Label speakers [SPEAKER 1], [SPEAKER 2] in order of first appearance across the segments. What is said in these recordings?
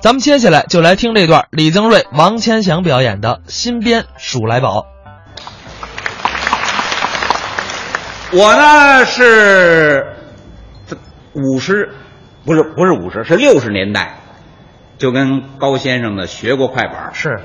[SPEAKER 1] 咱们接下来就来听这段李增瑞、王千祥表演的新编《数来宝》。
[SPEAKER 2] 我呢是五十，不是不是五十，是六十年代，就跟高先生呢学过快板儿，
[SPEAKER 3] 是，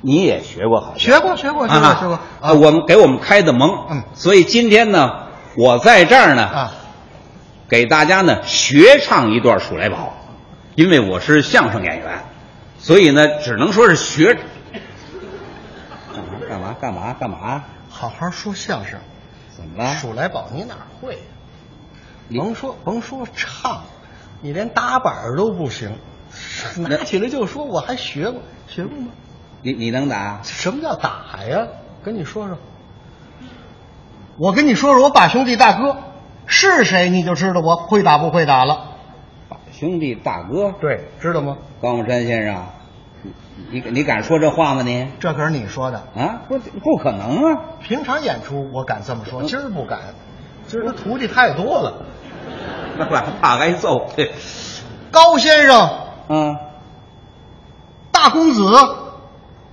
[SPEAKER 2] 你也学过好像
[SPEAKER 3] 学过学过学过
[SPEAKER 2] 啊
[SPEAKER 3] 学过
[SPEAKER 2] 啊，我们给我们开的蒙，
[SPEAKER 3] 嗯
[SPEAKER 2] 所以今天呢，我在这儿呢，
[SPEAKER 3] 啊，
[SPEAKER 2] 给大家呢学唱一段《数来宝》，因为我是相声演员，所以呢，只能说是学。干嘛干嘛干嘛干嘛？
[SPEAKER 3] 好好说相声。
[SPEAKER 2] 怎么了？
[SPEAKER 3] 数来宝你哪儿会呀、甭说甭说唱，你连打板儿都不行，拿起来就说我还学过，学过吗？
[SPEAKER 2] 你你能打？
[SPEAKER 3] 什么叫打呀？跟你说说，我跟你说说我把兄弟大哥是谁，你就知道我会打不会打了。
[SPEAKER 2] 兄弟大哥，
[SPEAKER 3] 对，知道吗？
[SPEAKER 2] 高永山先生，你你你敢说这话吗你？
[SPEAKER 3] 这可是你说的。
[SPEAKER 2] 啊，不不可能啊！
[SPEAKER 3] 平常演出我敢这么说，今儿不敢，嗯今儿他徒弟太多了。
[SPEAKER 2] 那怕挨揍。对，
[SPEAKER 3] 高先生，
[SPEAKER 2] 啊，
[SPEAKER 3] 大公子，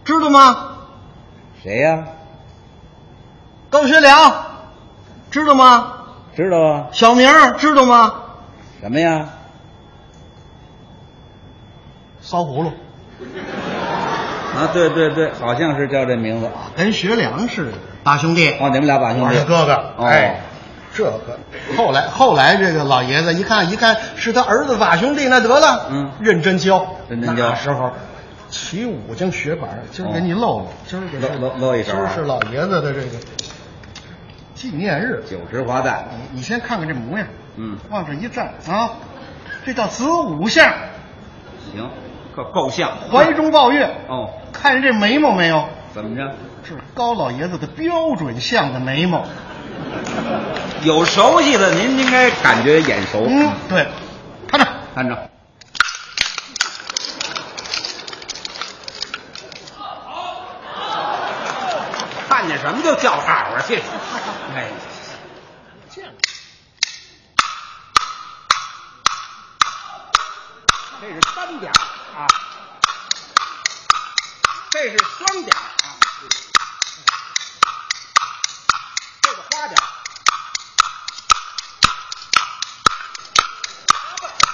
[SPEAKER 3] 知道吗？
[SPEAKER 2] 谁呀、
[SPEAKER 3] 高学良，知道吗？
[SPEAKER 2] 知道啊？
[SPEAKER 3] 小明儿，知道吗？
[SPEAKER 2] 什么呀？
[SPEAKER 3] 骚葫芦，
[SPEAKER 2] 啊，对对对，好像是叫这名字。
[SPEAKER 3] 跟学良似的，八兄弟，
[SPEAKER 2] 哦，你们俩把兄
[SPEAKER 3] 我
[SPEAKER 2] 弟
[SPEAKER 3] 是哥哥。
[SPEAKER 2] 哦、
[SPEAKER 3] 哎，这个后来后来这个老爷子一看一看是他儿子把兄弟，那得了，
[SPEAKER 2] 嗯
[SPEAKER 3] 认真教，
[SPEAKER 2] 认真教哦
[SPEAKER 3] 那时候。起五经学板，今儿给你露露，今儿给
[SPEAKER 2] 露露露一手啊
[SPEAKER 3] 今儿是老爷子的这个纪念日，
[SPEAKER 2] 九十花旦，
[SPEAKER 3] 你你先看看这模样，
[SPEAKER 2] 嗯
[SPEAKER 3] 往这一站啊，这叫子午相，
[SPEAKER 2] 行，够够像。
[SPEAKER 3] 怀中抱月。
[SPEAKER 2] 哦，
[SPEAKER 3] 看这眉毛没有？
[SPEAKER 2] 怎么着？
[SPEAKER 3] 是高老爷子的标准像的眉
[SPEAKER 2] 哦
[SPEAKER 3] 毛。
[SPEAKER 2] 有熟悉的，您应该感觉眼熟。
[SPEAKER 3] 嗯，对，看这，
[SPEAKER 2] 看着。看见什么就叫好啊！这，哎，这是三点儿啊，这是双点儿啊，这个花点儿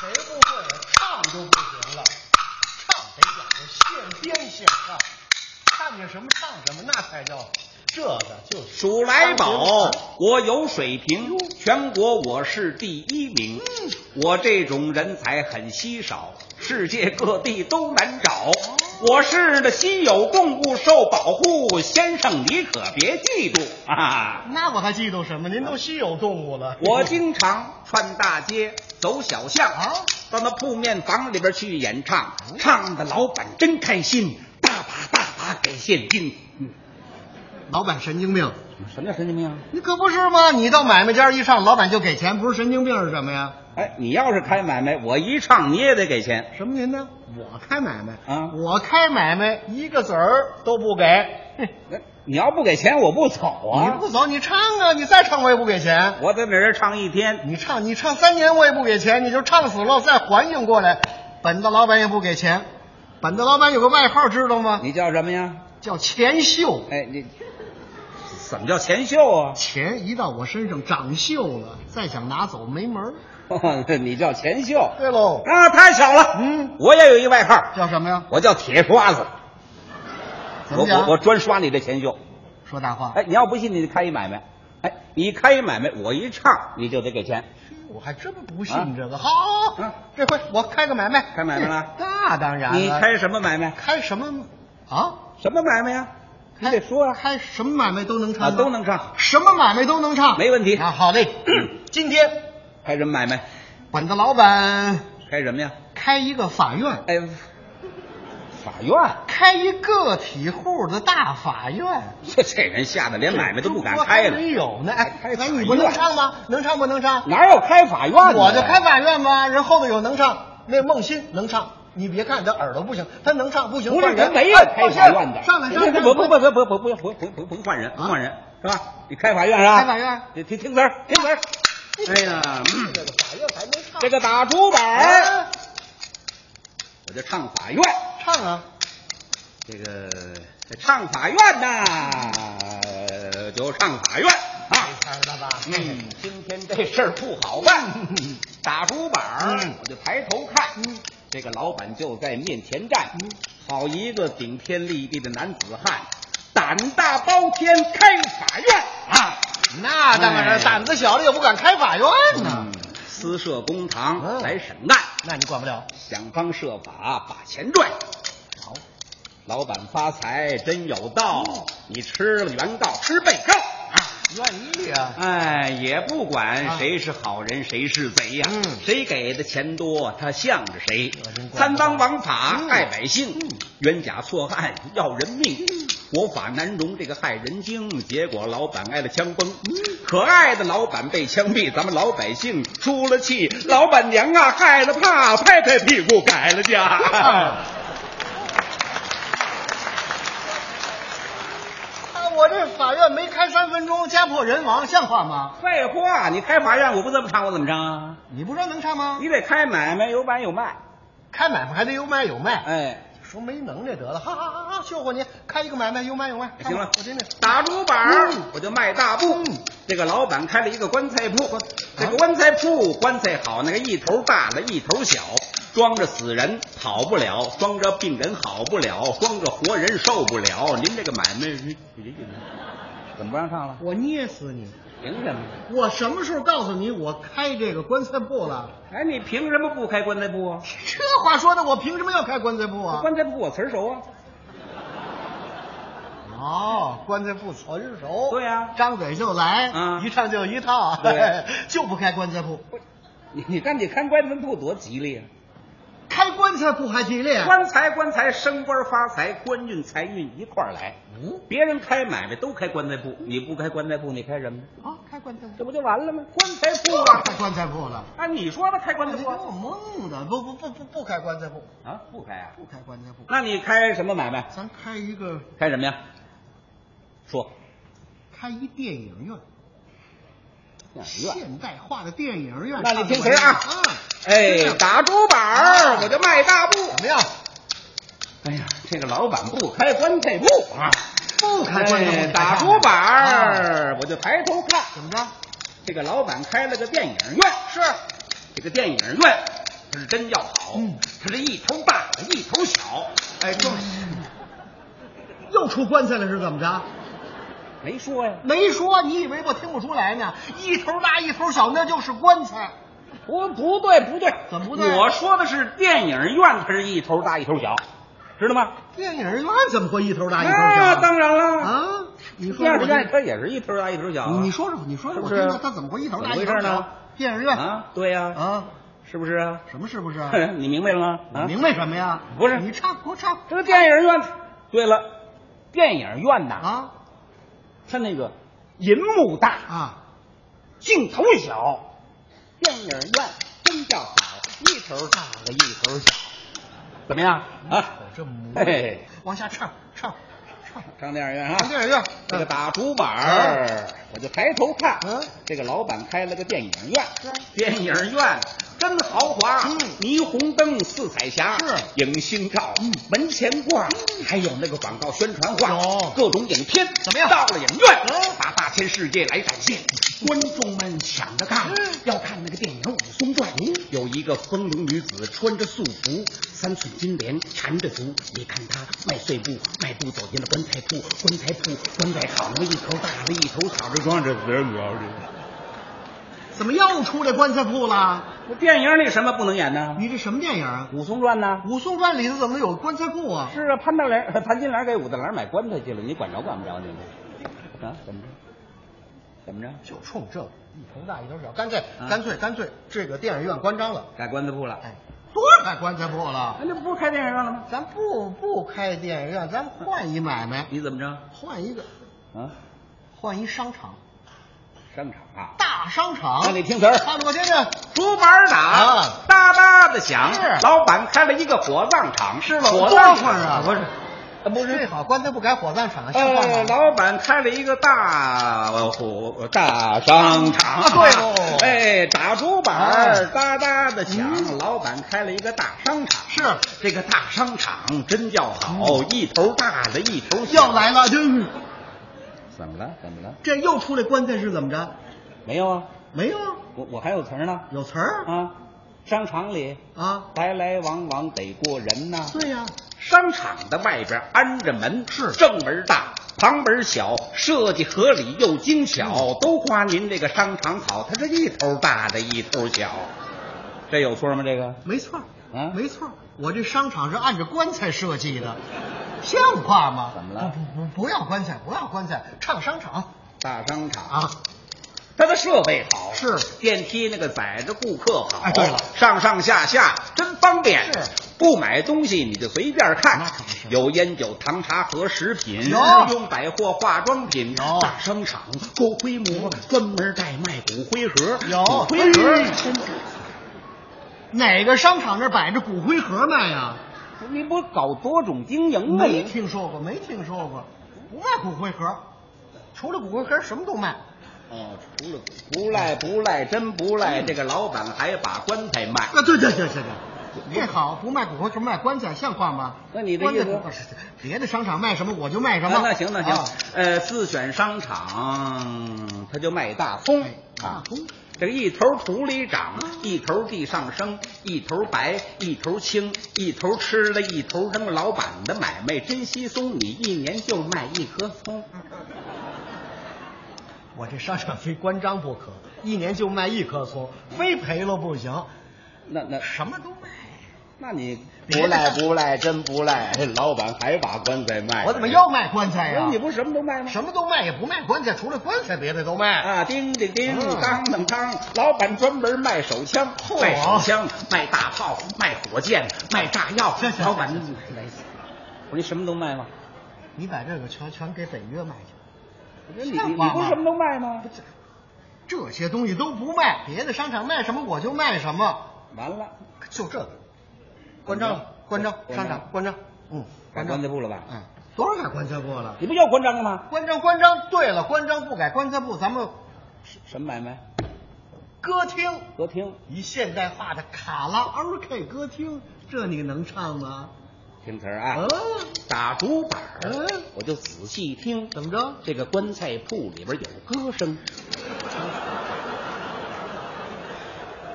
[SPEAKER 3] 谁不会唱就不行了，唱得讲究现编现唱，看见什么唱什么，那才叫这个就
[SPEAKER 2] 数来宝，我有水平，全国我是第一名。我这种人才很稀少，世界各地都难找。我是的稀有动物，受保护。先生，你可别嫉妒 啊！
[SPEAKER 3] 那我还嫉妒什么？您都稀有动物了。
[SPEAKER 2] 我经常穿大街，走小巷
[SPEAKER 3] 啊
[SPEAKER 2] 到那铺面房里边去演唱，唱的老板真开心，大把大把给现金。嗯
[SPEAKER 3] 老板神经病，
[SPEAKER 2] 什么叫神经病啊？
[SPEAKER 3] 你可不是吗？你到买卖家一上，老板就给钱，不是神经病是什么呀？
[SPEAKER 2] 哎，你要是开买卖，我一唱你也得给钱。
[SPEAKER 3] 什么您呢？我开买卖
[SPEAKER 2] 啊
[SPEAKER 3] 我开买卖一个子儿都不给。嘿
[SPEAKER 2] 那你要不给钱，我不走
[SPEAKER 3] 你
[SPEAKER 2] 啊！
[SPEAKER 3] 不走，你唱啊！你再唱我也不给钱。
[SPEAKER 2] 我在那儿唱一天，
[SPEAKER 3] 你唱，你唱三年我也不给钱，你就唱死了再还应过来。本子老板也不给钱，本子老板有个外号知道吗？
[SPEAKER 2] 啊你叫什么呀？
[SPEAKER 3] 叫钱秀。
[SPEAKER 2] 哎，你怎么叫钱秀啊？
[SPEAKER 3] 钱一到我身上长锈了，再想拿走没门儿。
[SPEAKER 2] 你叫钱秀
[SPEAKER 3] 对喽，
[SPEAKER 2] 啊？太巧了，
[SPEAKER 3] 嗯，
[SPEAKER 2] 我也有一外号，
[SPEAKER 3] 叫什么呀？
[SPEAKER 2] 我叫铁刷子，
[SPEAKER 3] 怎
[SPEAKER 2] 我
[SPEAKER 3] 么讲？
[SPEAKER 2] 我我专刷你这钱秀。
[SPEAKER 3] 说大话。
[SPEAKER 2] 哎，你要不信，你就开一买卖。哎，你开一买卖，我一唱你就得给钱。
[SPEAKER 3] 我还真不信这个。好
[SPEAKER 2] 啊，
[SPEAKER 3] 这回我嗯开个买卖。
[SPEAKER 2] 开买卖了
[SPEAKER 3] 那当然了。
[SPEAKER 2] 你开什么买卖？
[SPEAKER 3] 开什么啊？
[SPEAKER 2] 什么买卖呀？你得说啊，
[SPEAKER 3] 开什么买卖都能唱、
[SPEAKER 2] 啊，都，能唱。
[SPEAKER 3] 什么买卖都能唱，
[SPEAKER 2] 没问题
[SPEAKER 3] 那好嘞，嗯今天
[SPEAKER 2] 开什么买卖？
[SPEAKER 3] 本子老板
[SPEAKER 2] 开什么呀？
[SPEAKER 3] 开一个法院，
[SPEAKER 2] 哎，法院。
[SPEAKER 3] 开一个体户的大法院，
[SPEAKER 2] 这这人吓得连买卖都不敢开
[SPEAKER 3] 中国还没
[SPEAKER 2] 了，
[SPEAKER 3] 有呢，哎，
[SPEAKER 2] 开
[SPEAKER 3] 哎，
[SPEAKER 2] 法院
[SPEAKER 3] 你不能唱吗？能唱不能唱？
[SPEAKER 2] 哪有开法院的？
[SPEAKER 3] 我就开法院吧，人后头有能唱，那孟欣能唱。你别看他耳朵不行，他能唱不行。
[SPEAKER 2] 不是
[SPEAKER 3] 换人
[SPEAKER 2] 人没有
[SPEAKER 3] 哎
[SPEAKER 2] 开
[SPEAKER 3] 孟欣
[SPEAKER 2] 法院的，
[SPEAKER 3] 上来上来，啊
[SPEAKER 2] 不不不不不不不不不不不换人，不换人是吧？你开法院是吧？
[SPEAKER 3] 开法院，啊
[SPEAKER 2] 你听听词儿，听词儿。哎呀，
[SPEAKER 3] 这个法院还能唱
[SPEAKER 2] 这个打竹板
[SPEAKER 3] 哎
[SPEAKER 2] 儿，我就唱法院。
[SPEAKER 3] 唱啊，
[SPEAKER 2] 这个这唱法院呐，呃就唱法院
[SPEAKER 3] 没
[SPEAKER 2] 啊。
[SPEAKER 3] 词儿了吧？
[SPEAKER 2] 嗯，今天这事儿不好办，打竹板儿，
[SPEAKER 3] 嗯
[SPEAKER 2] 我就抬头看，这个老板就在面前站，好一个顶天立地的男子汉，胆大包天开法院啊！
[SPEAKER 3] 那当然，
[SPEAKER 2] 哎
[SPEAKER 3] 胆子小了也不敢开法院呢。
[SPEAKER 2] 嗯私设公堂
[SPEAKER 3] 嗯
[SPEAKER 2] 来审案，
[SPEAKER 3] 那你管不了。
[SPEAKER 2] 想方设法把钱赚。
[SPEAKER 3] 好，
[SPEAKER 2] 老板发财真有道，你吃了原告吃被告啊！
[SPEAKER 3] 愿意啊。
[SPEAKER 2] 哎，也不管
[SPEAKER 3] 啊
[SPEAKER 2] 谁是好人，谁是贼呀、
[SPEAKER 3] 嗯
[SPEAKER 2] 谁给的钱多，他向着谁
[SPEAKER 3] 这真。怪
[SPEAKER 2] 贪赃枉法，
[SPEAKER 3] 嗯
[SPEAKER 2] 害百姓，冤假错案，要人命。国法难容，这个害人精。结果老板挨了枪崩，可爱的老板被枪毙，咱们老百姓出了气。老板娘啊，害了怕，拍拍屁股改了 家。
[SPEAKER 3] 啊，我这法院没开三分钟，家破人亡，像话吗？
[SPEAKER 2] 废话，你开法院，我不这么唱，我怎么唱啊？
[SPEAKER 3] 你不说能唱吗？
[SPEAKER 2] 你得开买卖，有买有卖。
[SPEAKER 3] 开买卖还得有买有卖，
[SPEAKER 2] 哎，
[SPEAKER 3] 说没能耐得了，哈哈哈哈！笑话你，开一个买卖有买有卖，
[SPEAKER 2] 行了
[SPEAKER 3] 我听听。
[SPEAKER 2] 打竹板儿
[SPEAKER 3] 嗯，
[SPEAKER 2] 我就迈大步。这个老板开了一个棺材铺，这个棺材铺棺材好，那个一头大的一头小，装着死人好不了，装着病人好不了，装着活人受不了。您这个买卖，您您怎么不让唱了？
[SPEAKER 3] 我捏死你！
[SPEAKER 2] 凭什么？
[SPEAKER 3] 我什么时候告诉你我开这个棺材铺了？
[SPEAKER 2] 哎，你凭什么不开棺材铺啊？
[SPEAKER 3] 这话说的，我凭什么要开棺材铺啊？
[SPEAKER 2] 棺材铺我词儿熟啊。
[SPEAKER 3] 哦，棺材铺纯熟，
[SPEAKER 2] 对呀
[SPEAKER 3] 张嘴就来，
[SPEAKER 2] 嗯
[SPEAKER 3] 一唱就一套，
[SPEAKER 2] 对
[SPEAKER 3] 就不开棺材铺，
[SPEAKER 2] 你你看你看棺材铺多吉利啊！
[SPEAKER 3] 开棺材铺还吉利。啊
[SPEAKER 2] 棺材棺材升官发财，官运财运一块儿来。
[SPEAKER 3] 嗯
[SPEAKER 2] 别人开买卖都开棺材铺，你不开棺材铺，你开什么？
[SPEAKER 3] 啊，开棺材铺，
[SPEAKER 2] 这不就完了吗？棺材铺
[SPEAKER 3] 不
[SPEAKER 2] 啊！
[SPEAKER 3] 开棺材铺了。
[SPEAKER 2] 啊，你说吧，开棺材
[SPEAKER 3] 你
[SPEAKER 2] 铺
[SPEAKER 3] 给我蒙的，不不不不不开棺材铺，
[SPEAKER 2] 啊？不开啊？
[SPEAKER 3] 不开棺材铺，
[SPEAKER 2] 那你开什么买卖？
[SPEAKER 3] 咱开一个
[SPEAKER 2] 开什么呀？说，
[SPEAKER 3] 开一电影院，
[SPEAKER 2] 院。
[SPEAKER 3] 现代化的电影院。
[SPEAKER 2] 那你听词儿啊
[SPEAKER 3] 嗯，
[SPEAKER 2] 哎，打竹板儿，我就迈大步。
[SPEAKER 3] 怎么样？
[SPEAKER 2] 哎呀，这个老板不开棺材铺啊，
[SPEAKER 3] 不开棺材
[SPEAKER 2] 哎
[SPEAKER 3] 铺，
[SPEAKER 2] 打竹板
[SPEAKER 3] 啊
[SPEAKER 2] 儿，我就抬头看。
[SPEAKER 3] 怎么着？
[SPEAKER 2] 这个老板开了个电影院，
[SPEAKER 3] 是
[SPEAKER 2] 这个电影院它是真要好，
[SPEAKER 3] 嗯
[SPEAKER 2] 它是一头大的，一头小，哎，就是
[SPEAKER 3] 又出棺材了，是怎么着？
[SPEAKER 2] 没说呀，
[SPEAKER 3] 没说，你以为我听不出来呢？一头大一头小，那就是棺材。
[SPEAKER 2] 不不对不对，
[SPEAKER 3] 怎么不对
[SPEAKER 2] 我说的是电影院，它是一头大一头小，知道吗？
[SPEAKER 3] 电影院怎么会一头大一头
[SPEAKER 2] 那
[SPEAKER 3] 小？
[SPEAKER 2] 哎当然了，
[SPEAKER 3] 啊！你说
[SPEAKER 2] 电
[SPEAKER 3] 我
[SPEAKER 2] 影院它也是一头大一头小啊，
[SPEAKER 3] 你说说，你说说，
[SPEAKER 2] 是不
[SPEAKER 3] 我
[SPEAKER 2] 是
[SPEAKER 3] 听听他怎么会一头大
[SPEAKER 2] 怎
[SPEAKER 3] 一
[SPEAKER 2] 么
[SPEAKER 3] 头
[SPEAKER 2] 回事呢
[SPEAKER 3] 小？电影院
[SPEAKER 2] 啊，对呀，
[SPEAKER 3] 啊，
[SPEAKER 2] 是不是 啊？
[SPEAKER 3] 什么是不是？
[SPEAKER 2] 你明白了吗？啊，
[SPEAKER 3] 你明白什么呀？
[SPEAKER 2] 不是
[SPEAKER 3] 你唱，给我唱
[SPEAKER 2] 这个电影院，对了，电影院呐，
[SPEAKER 3] 啊
[SPEAKER 2] 它那个银幕大，
[SPEAKER 3] 啊！
[SPEAKER 2] 镜头小，电影院真叫好，一头大的一头小，怎么样啊？
[SPEAKER 3] 我这模
[SPEAKER 2] 嘿嘿，
[SPEAKER 3] 往下唱唱唱，
[SPEAKER 2] 上电影院啊！嗯
[SPEAKER 3] 上电影院
[SPEAKER 2] 这个打竹板儿，我就抬头看，
[SPEAKER 3] 嗯
[SPEAKER 2] 这个老板开了个电影院，电影院真豪华，
[SPEAKER 3] 嗯
[SPEAKER 2] 霓虹灯、四彩霞，
[SPEAKER 3] 是嗯
[SPEAKER 2] 影星照，门前挂，还有那个广告宣传画，
[SPEAKER 3] 有
[SPEAKER 2] 各种影片，
[SPEAKER 3] 怎么样
[SPEAKER 2] 到了影院，
[SPEAKER 3] 嗯
[SPEAKER 2] 把大千世界来展现，观众们抢着看，
[SPEAKER 3] 嗯
[SPEAKER 2] 要看那个电影《武松传》，有一个丰隆女子穿着素服，三寸金莲缠着足，你看她迈碎步，迈步走进了棺材铺，棺材铺棺材好，那么一头大的，一头小的，装着人儿啊这
[SPEAKER 3] 怎么又出来棺材铺了？
[SPEAKER 2] 我电影里什么不能演呢？
[SPEAKER 3] 你这什么电影啊？
[SPEAKER 2] 《武松传》呢？
[SPEAKER 3] 《武松传》里头怎么有棺材铺啊？
[SPEAKER 2] 是啊，潘大莲、潘金莲给武大郎买棺材去了，你管着管不着你这啊？怎么着？怎么着？
[SPEAKER 3] 就冲这一头大一头小，干脆
[SPEAKER 2] 啊
[SPEAKER 3] 干脆干脆，这个电影院关张了，
[SPEAKER 2] 改棺材铺了？
[SPEAKER 3] 哎，多开棺材铺了。
[SPEAKER 2] 那不是开电影院了吗？
[SPEAKER 3] 咱不不开电影院，咱换一买卖，
[SPEAKER 2] 你怎么着？
[SPEAKER 3] 换一个
[SPEAKER 2] 啊，
[SPEAKER 3] 换一商场，
[SPEAKER 2] 商场啊。
[SPEAKER 3] 大商场。
[SPEAKER 2] 那你听词儿
[SPEAKER 3] 唱着我听听。
[SPEAKER 2] 竹板打
[SPEAKER 3] 啊，
[SPEAKER 2] 哒哒的响。
[SPEAKER 3] 是
[SPEAKER 2] 老板开了一个火葬场，
[SPEAKER 3] 是了，
[SPEAKER 2] 火
[SPEAKER 3] 多
[SPEAKER 2] 葬
[SPEAKER 3] 会儿啊？
[SPEAKER 2] 场
[SPEAKER 3] 不是，啊不是最好棺材不改火葬场，像啊话
[SPEAKER 2] 呃，
[SPEAKER 3] 吗？
[SPEAKER 2] 老板开了一个大呃火大商场，
[SPEAKER 3] 啊对喽
[SPEAKER 2] 哎，打竹板儿
[SPEAKER 3] 哎
[SPEAKER 2] 哒哒的响。老板开了一个大商场，
[SPEAKER 3] 嗯是嗯
[SPEAKER 2] 这个大商场真叫好，一头大的，一头小
[SPEAKER 3] 又。来了，这
[SPEAKER 2] 怎么了？怎么了？
[SPEAKER 3] 这又出来棺材是怎么着？
[SPEAKER 2] 没有啊，
[SPEAKER 3] 没有啊，
[SPEAKER 2] 我我还有词儿呢
[SPEAKER 3] 有词儿
[SPEAKER 2] 啊，商场里
[SPEAKER 3] 啊？
[SPEAKER 2] 来来往往得过人呐、
[SPEAKER 3] 对呀，
[SPEAKER 2] 商场的外边安着门，
[SPEAKER 3] 是
[SPEAKER 2] 正门大，旁门小，设计合理又精巧，都夸您这个商场好，它是一头大的一头小，这有错吗？这个
[SPEAKER 3] 没错儿
[SPEAKER 2] 啊
[SPEAKER 3] 没错儿。我这商场是按照棺材设计的，像话吗？
[SPEAKER 2] 怎么了
[SPEAKER 3] 不不不，不要棺材，不要棺材，唱商场
[SPEAKER 2] 大商场
[SPEAKER 3] 啊！
[SPEAKER 2] 它的设备好，
[SPEAKER 3] 是
[SPEAKER 2] 电梯那个载着顾客好，
[SPEAKER 3] 哎对了
[SPEAKER 2] 上上下下真方便。
[SPEAKER 3] 是
[SPEAKER 2] 不买东西你就随便看，
[SPEAKER 3] 那可不是
[SPEAKER 2] 有烟酒、糖茶和食品，
[SPEAKER 3] 有
[SPEAKER 2] 日用百货、化妆品，
[SPEAKER 3] 有嗯
[SPEAKER 2] 大商场够规模，专门代卖骨灰盒，
[SPEAKER 3] 有
[SPEAKER 2] 骨灰盒
[SPEAKER 3] 哎
[SPEAKER 2] 真的。
[SPEAKER 3] 哪个商场那儿摆着骨灰盒卖呀？
[SPEAKER 2] 你不搞多种经营吗？你
[SPEAKER 3] 没听说过，没听说过，不卖骨灰盒，除了骨灰盒什么都卖。
[SPEAKER 2] 哦，除了不赖不赖，真不
[SPEAKER 3] 嗯
[SPEAKER 2] 赖。这个老板还把棺材卖，
[SPEAKER 3] 啊，对对对对对，这好，不卖骨灰盒，卖棺材，像话吗？
[SPEAKER 2] 那你的
[SPEAKER 3] 棺材
[SPEAKER 2] 意思
[SPEAKER 3] 不是 别的商场卖什么我就卖什么。
[SPEAKER 2] 那那行那行，
[SPEAKER 3] 啊
[SPEAKER 2] 呃，自选商场，他就卖大葱
[SPEAKER 3] 啊
[SPEAKER 2] 啊，。这个一头土里长，一头地上生，一头白，一头青，一头吃了，一头扔。老板的买卖真稀松，你一年就卖一棵葱。
[SPEAKER 3] 我这商场非关张不可，一年就卖一棵葱，非赔了不行，
[SPEAKER 2] 那那
[SPEAKER 3] 什么都卖。
[SPEAKER 2] 那你不赖不赖，真不赖。老板还把棺材卖了，哎
[SPEAKER 3] 我怎么又卖棺材呀、
[SPEAKER 2] 不是你不是什么都卖吗？
[SPEAKER 3] 什么都卖，也不卖棺材，除了棺材别的都卖。
[SPEAKER 2] 啊，叮叮叮，
[SPEAKER 3] 嗯
[SPEAKER 2] 当当当！老板专门卖手枪，
[SPEAKER 3] 嚯
[SPEAKER 2] 卖手枪，卖大炮，卖火箭，卖炸 药
[SPEAKER 3] 行。行
[SPEAKER 2] 老板，来，我说你什么都卖吗？
[SPEAKER 3] 你把这个全全给北约卖去，
[SPEAKER 2] 我说你
[SPEAKER 3] 像
[SPEAKER 2] 你
[SPEAKER 3] 话
[SPEAKER 2] 你不
[SPEAKER 3] 吗
[SPEAKER 2] 是什啊么都卖吗？
[SPEAKER 3] 这些东西都不卖，别的商场卖什么我就卖什么，
[SPEAKER 2] 完了，
[SPEAKER 3] 就这个。关张，关张，
[SPEAKER 2] 关张
[SPEAKER 3] 商场关张，嗯，
[SPEAKER 2] 改
[SPEAKER 3] 关
[SPEAKER 2] 棺
[SPEAKER 3] 张
[SPEAKER 2] 材，铺了吧？
[SPEAKER 3] 嗯，多少改棺材布了？
[SPEAKER 2] 你不要关张了吗？
[SPEAKER 3] 关张，关张，对了，关张不改棺材布，咱们
[SPEAKER 2] 什么买卖？
[SPEAKER 3] 歌厅。
[SPEAKER 2] 歌厅，
[SPEAKER 3] 一现代化的卡拉 OK 歌厅，这你能唱吗？
[SPEAKER 2] 听词儿啊
[SPEAKER 3] 嗯，，
[SPEAKER 2] 打竹板儿
[SPEAKER 3] 嗯，
[SPEAKER 2] 我就仔细听。
[SPEAKER 3] 怎么着？
[SPEAKER 2] 这个棺材铺里边有歌声，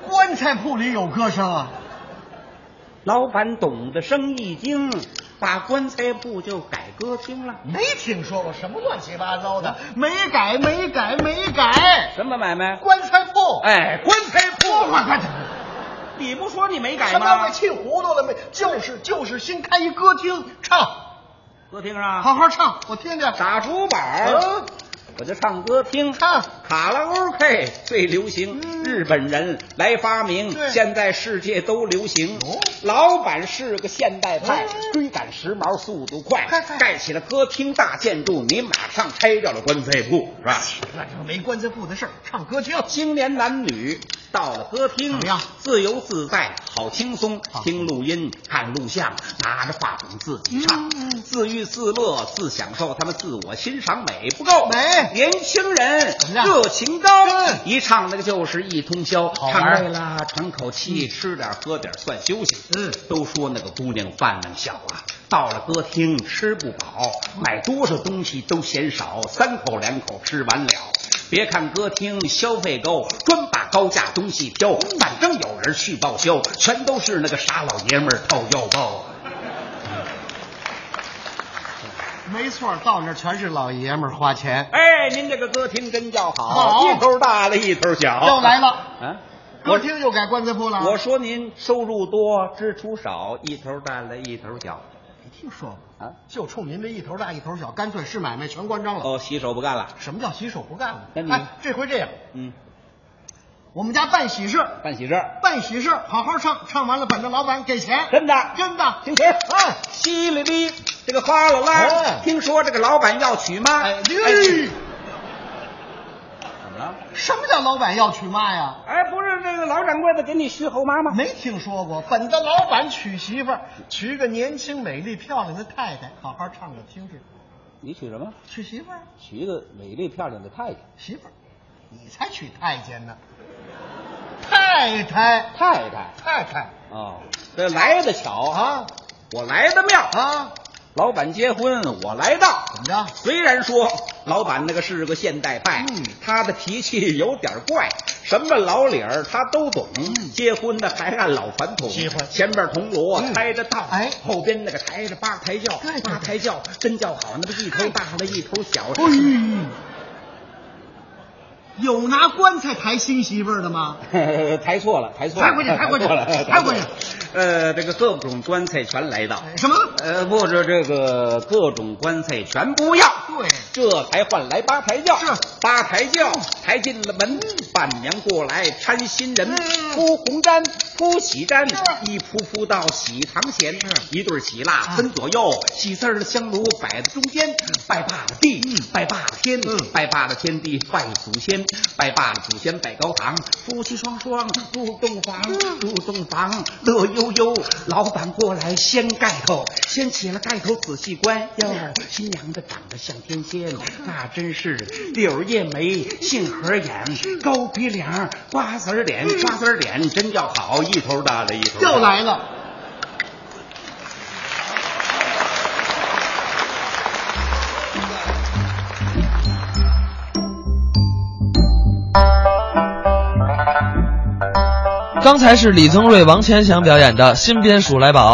[SPEAKER 3] 棺材铺里有歌声啊？
[SPEAKER 2] 老板懂得生意经，把棺材铺就改歌厅了。
[SPEAKER 3] 没听说过什么乱七八糟的，没改，没改，没改。
[SPEAKER 2] 什么买卖？
[SPEAKER 3] 棺材铺，，
[SPEAKER 2] 哎，棺材铺，
[SPEAKER 3] 我我
[SPEAKER 2] 你不说你没改
[SPEAKER 3] 什么
[SPEAKER 2] 吗
[SPEAKER 3] 被？气糊涂了没？就是就是，新开一歌厅，唱，
[SPEAKER 2] 歌厅啊，
[SPEAKER 3] 好好唱，我听听。
[SPEAKER 2] 打竹板儿
[SPEAKER 3] 嗯，
[SPEAKER 2] 我就唱歌厅。
[SPEAKER 3] 唱
[SPEAKER 2] 卡拉 OK 最流行，
[SPEAKER 3] 嗯
[SPEAKER 2] 日本人来发明，
[SPEAKER 3] 对
[SPEAKER 2] 现在世界都流行
[SPEAKER 3] 哦。
[SPEAKER 2] 老板是个现代派
[SPEAKER 3] 嗯，
[SPEAKER 2] 追赶时髦，速度快
[SPEAKER 3] 快快，
[SPEAKER 2] 盖起了歌厅大建筑，你马上拆掉了棺材铺，是吧？
[SPEAKER 3] 那就没棺材铺的事儿，唱歌厅。
[SPEAKER 2] 青年男女到了歌厅，
[SPEAKER 3] 怎么样啊
[SPEAKER 2] 自由自在，好轻松。
[SPEAKER 3] 好
[SPEAKER 2] 听录音，看录像，拿着话筒自己唱，
[SPEAKER 3] 嗯嗯
[SPEAKER 2] 自娱自乐，自享受。他们自我欣赏美不够，
[SPEAKER 3] 美
[SPEAKER 2] 年轻人
[SPEAKER 3] 怎么样
[SPEAKER 2] 热情高
[SPEAKER 3] 对，
[SPEAKER 2] 一唱那个就是一通宵。
[SPEAKER 3] 好玩
[SPEAKER 2] 唱累了，喘口气，吃点喝点算休息。
[SPEAKER 3] 嗯
[SPEAKER 2] 都说那个姑娘饭量小啊，到了歌厅吃不饱，买多少东西都嫌少，三口两口吃完了。别看歌厅消费高，专把高价东西挑，反正有人去报销，全都是那个傻老爷们儿掏腰包。
[SPEAKER 3] 没错，到那儿全是老爷们儿花钱。
[SPEAKER 2] 哎，您这个歌厅真叫好，
[SPEAKER 3] 好
[SPEAKER 2] 一头大了一头小，
[SPEAKER 3] 又来了，
[SPEAKER 2] 啊！
[SPEAKER 3] 歌厅又改棺材铺了。
[SPEAKER 2] 我说您收入多，支出少，一头大了一头小
[SPEAKER 3] 没听说过。
[SPEAKER 2] 啊！
[SPEAKER 3] 就冲您这一头大一头小，干脆是买卖全关张了。
[SPEAKER 2] 哦，洗手不干了，
[SPEAKER 3] 什么叫洗手不干了？
[SPEAKER 2] 那你
[SPEAKER 3] 哎，这回这样，
[SPEAKER 2] 嗯，
[SPEAKER 3] 我们家办喜事，
[SPEAKER 2] 办喜事儿
[SPEAKER 3] 办喜事，好好唱，唱完了反正老板给钱，
[SPEAKER 2] 真的。
[SPEAKER 3] 真的。
[SPEAKER 2] 听词儿，哎，淅沥沥，这个哗啦啦
[SPEAKER 3] 哎，
[SPEAKER 2] 哎听说这个老板要娶妈，
[SPEAKER 3] 哎，对，
[SPEAKER 2] 怎么了？
[SPEAKER 3] 什么叫老板要娶妈呀？
[SPEAKER 2] 哎，不是这个老掌柜的给你娶后妈吗？
[SPEAKER 3] 没听说过，本子老板娶媳妇儿，娶个年轻、美丽、漂亮的太太，好好唱个听听。
[SPEAKER 2] 你娶什么？
[SPEAKER 3] 娶媳妇儿，啊
[SPEAKER 2] 娶一个美丽漂亮的太监。
[SPEAKER 3] 媳妇儿，你才娶太监呢，太太，
[SPEAKER 2] 太太。
[SPEAKER 3] 太太
[SPEAKER 2] 哦，这来的巧啊，我来的妙。
[SPEAKER 3] 啊，
[SPEAKER 2] 老板结婚，我来到。
[SPEAKER 3] 怎么着？
[SPEAKER 2] 虽然说老板那个是个现代派，
[SPEAKER 3] 嗯
[SPEAKER 2] 他的脾气有点怪，什么老理儿他都懂。结婚的还按老传统，
[SPEAKER 3] 嗯结婚
[SPEAKER 2] 前边铜锣啊
[SPEAKER 3] 嗯
[SPEAKER 2] 抬着道，
[SPEAKER 3] 哎
[SPEAKER 2] 后边那个抬着八抬轿
[SPEAKER 3] 对对，哎对
[SPEAKER 2] 八抬轿真叫好，那么一头大了一头小。
[SPEAKER 3] 有拿棺材抬新媳妇儿的吗？
[SPEAKER 2] 抬错了， 抬错了，
[SPEAKER 3] 抬回去抬回去
[SPEAKER 2] 错了
[SPEAKER 3] 抬回去。哎
[SPEAKER 2] 呃，这个各种棺材全来到。
[SPEAKER 3] 什么？
[SPEAKER 2] 呃，不是这个各种棺材全不要，
[SPEAKER 3] 对，
[SPEAKER 2] 这才换来八抬轿。
[SPEAKER 3] 是
[SPEAKER 2] 八抬轿抬进了门，伴娘过来搀新人，
[SPEAKER 3] 嗯
[SPEAKER 2] 铺红毡，铺喜毡
[SPEAKER 3] 是，
[SPEAKER 2] 一铺铺到喜堂前
[SPEAKER 3] 是，
[SPEAKER 2] 一对儿喜蜡
[SPEAKER 3] 啊嗯
[SPEAKER 2] 分左右，喜字儿的香炉摆在中间，拜罢了地，拜罢了天，拜罢了天地，拜祖先，拜罢了祖先拜高堂，夫妻双双入洞房，
[SPEAKER 3] 嗯
[SPEAKER 2] 入洞房乐悠悠，老板过来掀盖头，掀起了盖头仔细观哟，
[SPEAKER 3] 嗯
[SPEAKER 2] 新娘子长得像天仙，那真是柳叶眉，杏核眼，
[SPEAKER 3] 嗯
[SPEAKER 2] 高鼻梁，瓜子儿脸，瓜子儿脸真叫好，一头大了一头大
[SPEAKER 3] 又来了。
[SPEAKER 1] 刚才是李增瑞、王千祥表演的新编《鼠来宝》，